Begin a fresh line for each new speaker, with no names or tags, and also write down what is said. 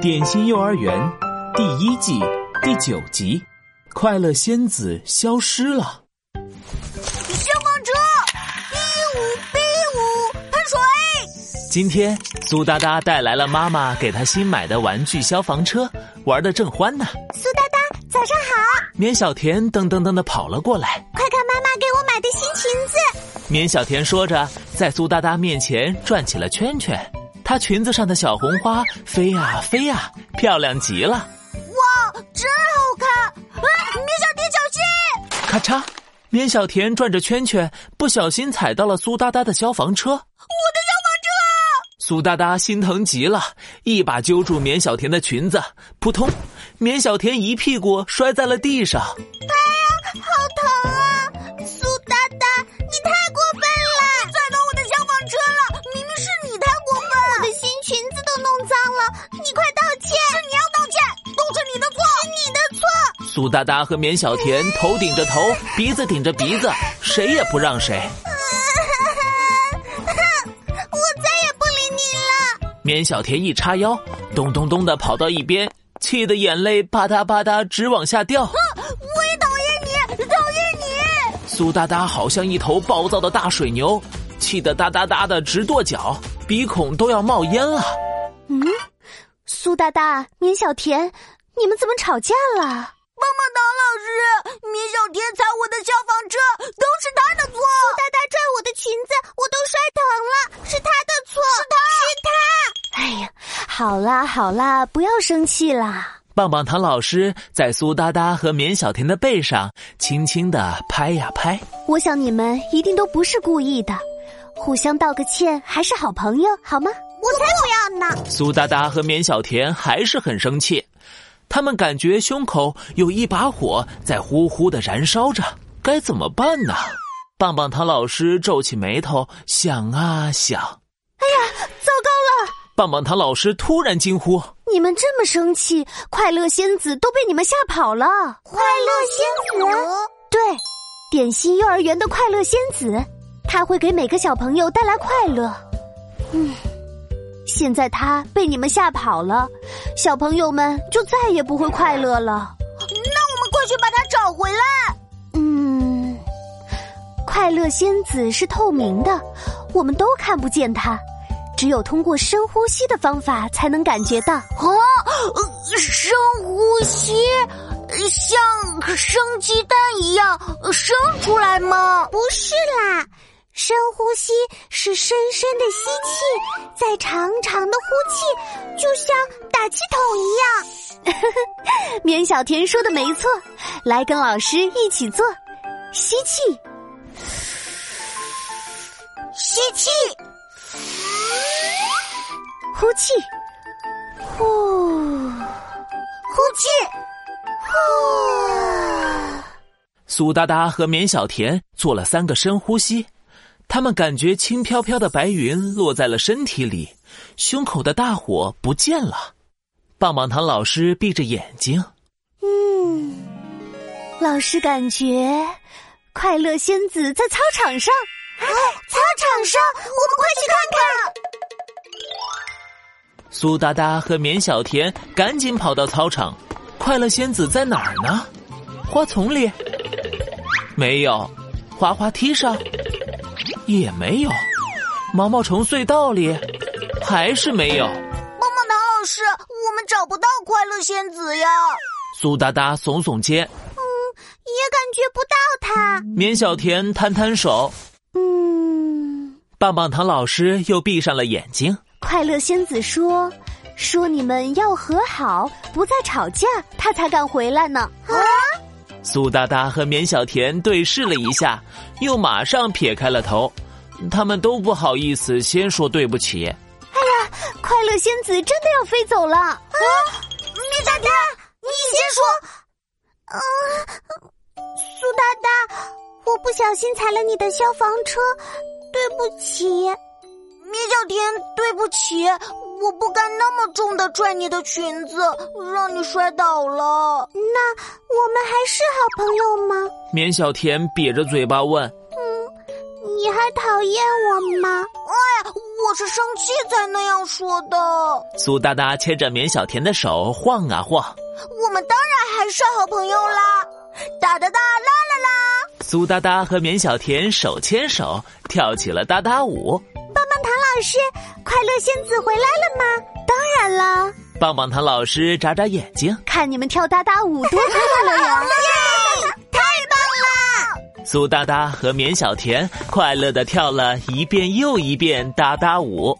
点心幼儿园第一季第九集，快乐仙子消失了。
消防车，哔呜哔呜，喷水！
今天苏哒哒带来了妈妈给她新买的玩具消防车，玩的正欢呢。
苏哒哒，早上好！
绵小田噔噔噔的跑了过来，
快看妈妈给我买的新裙子！
绵小田说着，在苏哒哒面前转起了圈圈。她裙子上的小红花飞呀、飞呀、漂亮极了。
哇，真好看！啊，米小迪，小心！
咔嚓，绵小田转着圈圈，不小心踩到了苏哒哒的消防车。
我的消防车！啊
苏哒哒心疼极了，一把揪住绵小田的裙子，扑通，绵小田一屁股摔在了地上。
好疼啊！苏达达，你太过分了！你踩到我的消防车了，明明是你太过分了！我的新裙子都弄脏了，你快道歉！是你要道歉，都是你的错，是你的错！
苏哒哒和绵小田头顶着头，鼻子顶着鼻子，谁也不让谁。
我再也不理你了。
绵小田一叉腰，咚咚咚的跑到一边，气得眼泪吧嗒吧嗒直往下掉。
我也讨厌你，讨厌你！
苏哒哒好像一头暴躁的大水牛，气得哒哒哒的直跺脚，鼻孔都要冒烟了。
苏大大、绵小田，你们怎么吵架了？
棒棒糖老师，米小天踩我的消防车，都是他的错。苏达达拽我的裙子，我都摔疼了，是他的错，是他，是他。
哎呀，好啦好啦，不要生气啦！
棒棒糖老师在苏哒哒和绵小田的背上轻轻地拍呀拍。
我想你们一定都不是故意的，互相道个歉，还是好朋友，好吗？
我才不要呢！
苏哒哒和绵小田还是很生气，他们感觉胸口有一把火在呼呼的燃烧着，该怎么办呢？棒棒糖老师皱起眉头想啊想，
糟糕了，
棒棒糖老师突然惊呼
你们这么生气，快乐仙子都被你们吓跑了。
快乐仙子。
对，点心幼儿园的快乐仙子，她会给每个小朋友带来快乐。嗯，现在她被你们吓跑了，小朋友们就再也不会快乐了。
我们快去把它找回来！
嗯，快乐仙子是透明的，我们都看不见它，只有通过深呼吸的方法才能感觉到。
哦，呃深呼吸，呃像生鸡蛋一样呃生出来吗？不是啦，深呼吸是深深的吸气，再长长的呼气，就像打气筒一样。
绵小田说的没错，来跟老师一起做，吸气，
吸气，
呼气，呼。
呼气，呼。
苏哒哒和绵小田做了三个深呼吸，他们感觉轻飘飘的白云落在了身体里，胸口的大火不见了。棒棒糖老师闭着眼睛，
嗯老师感觉快乐仙子在操场上。
哎操场上，我们快去看看！
苏哒哒和绵小田赶紧跑到操场。快乐仙子在哪儿呢？花丛里？没有。滑滑梯上？也没有。毛毛虫隧道里？还是没有。
棒棒糖老师，我们找不到快乐仙子呀，
苏哒哒耸耸肩，
也感觉不到它。
绵小田摊摊手，
嗯，
棒棒糖老师又闭上了眼睛。
快乐仙子说：“说你们要和好，不再吵架，她才敢回来呢。”
苏哒哒和绵小田对视了一下，又马上撇开了头。他们都不好意思先说对不起。
快乐仙子真的要飞走了。
啊米大大，你先说。嗯，苏大大，我不小心踩了你的消防车，对不起。米小甜，对不起，我不该那么重的拽你的裙子，让你摔倒了。那我们还是好朋友吗？
绵小田瘪着嘴巴问
你你还讨厌我吗？哎，我是生气才那样说的。
苏哒哒牵着绵小甜的手晃啊晃，
我们当然还是好朋友啦！哒哒哒啦啦啦！
苏哒哒和绵小甜手牵手跳起了哒哒舞。
棒棒糖老师，快乐仙子回来了吗？当然啦！
棒棒糖老师眨眨眼睛，
看你们跳哒哒舞多快乐呀！
太棒了！
苏哒哒和绵小甜快乐的跳了一遍又一遍哒哒舞。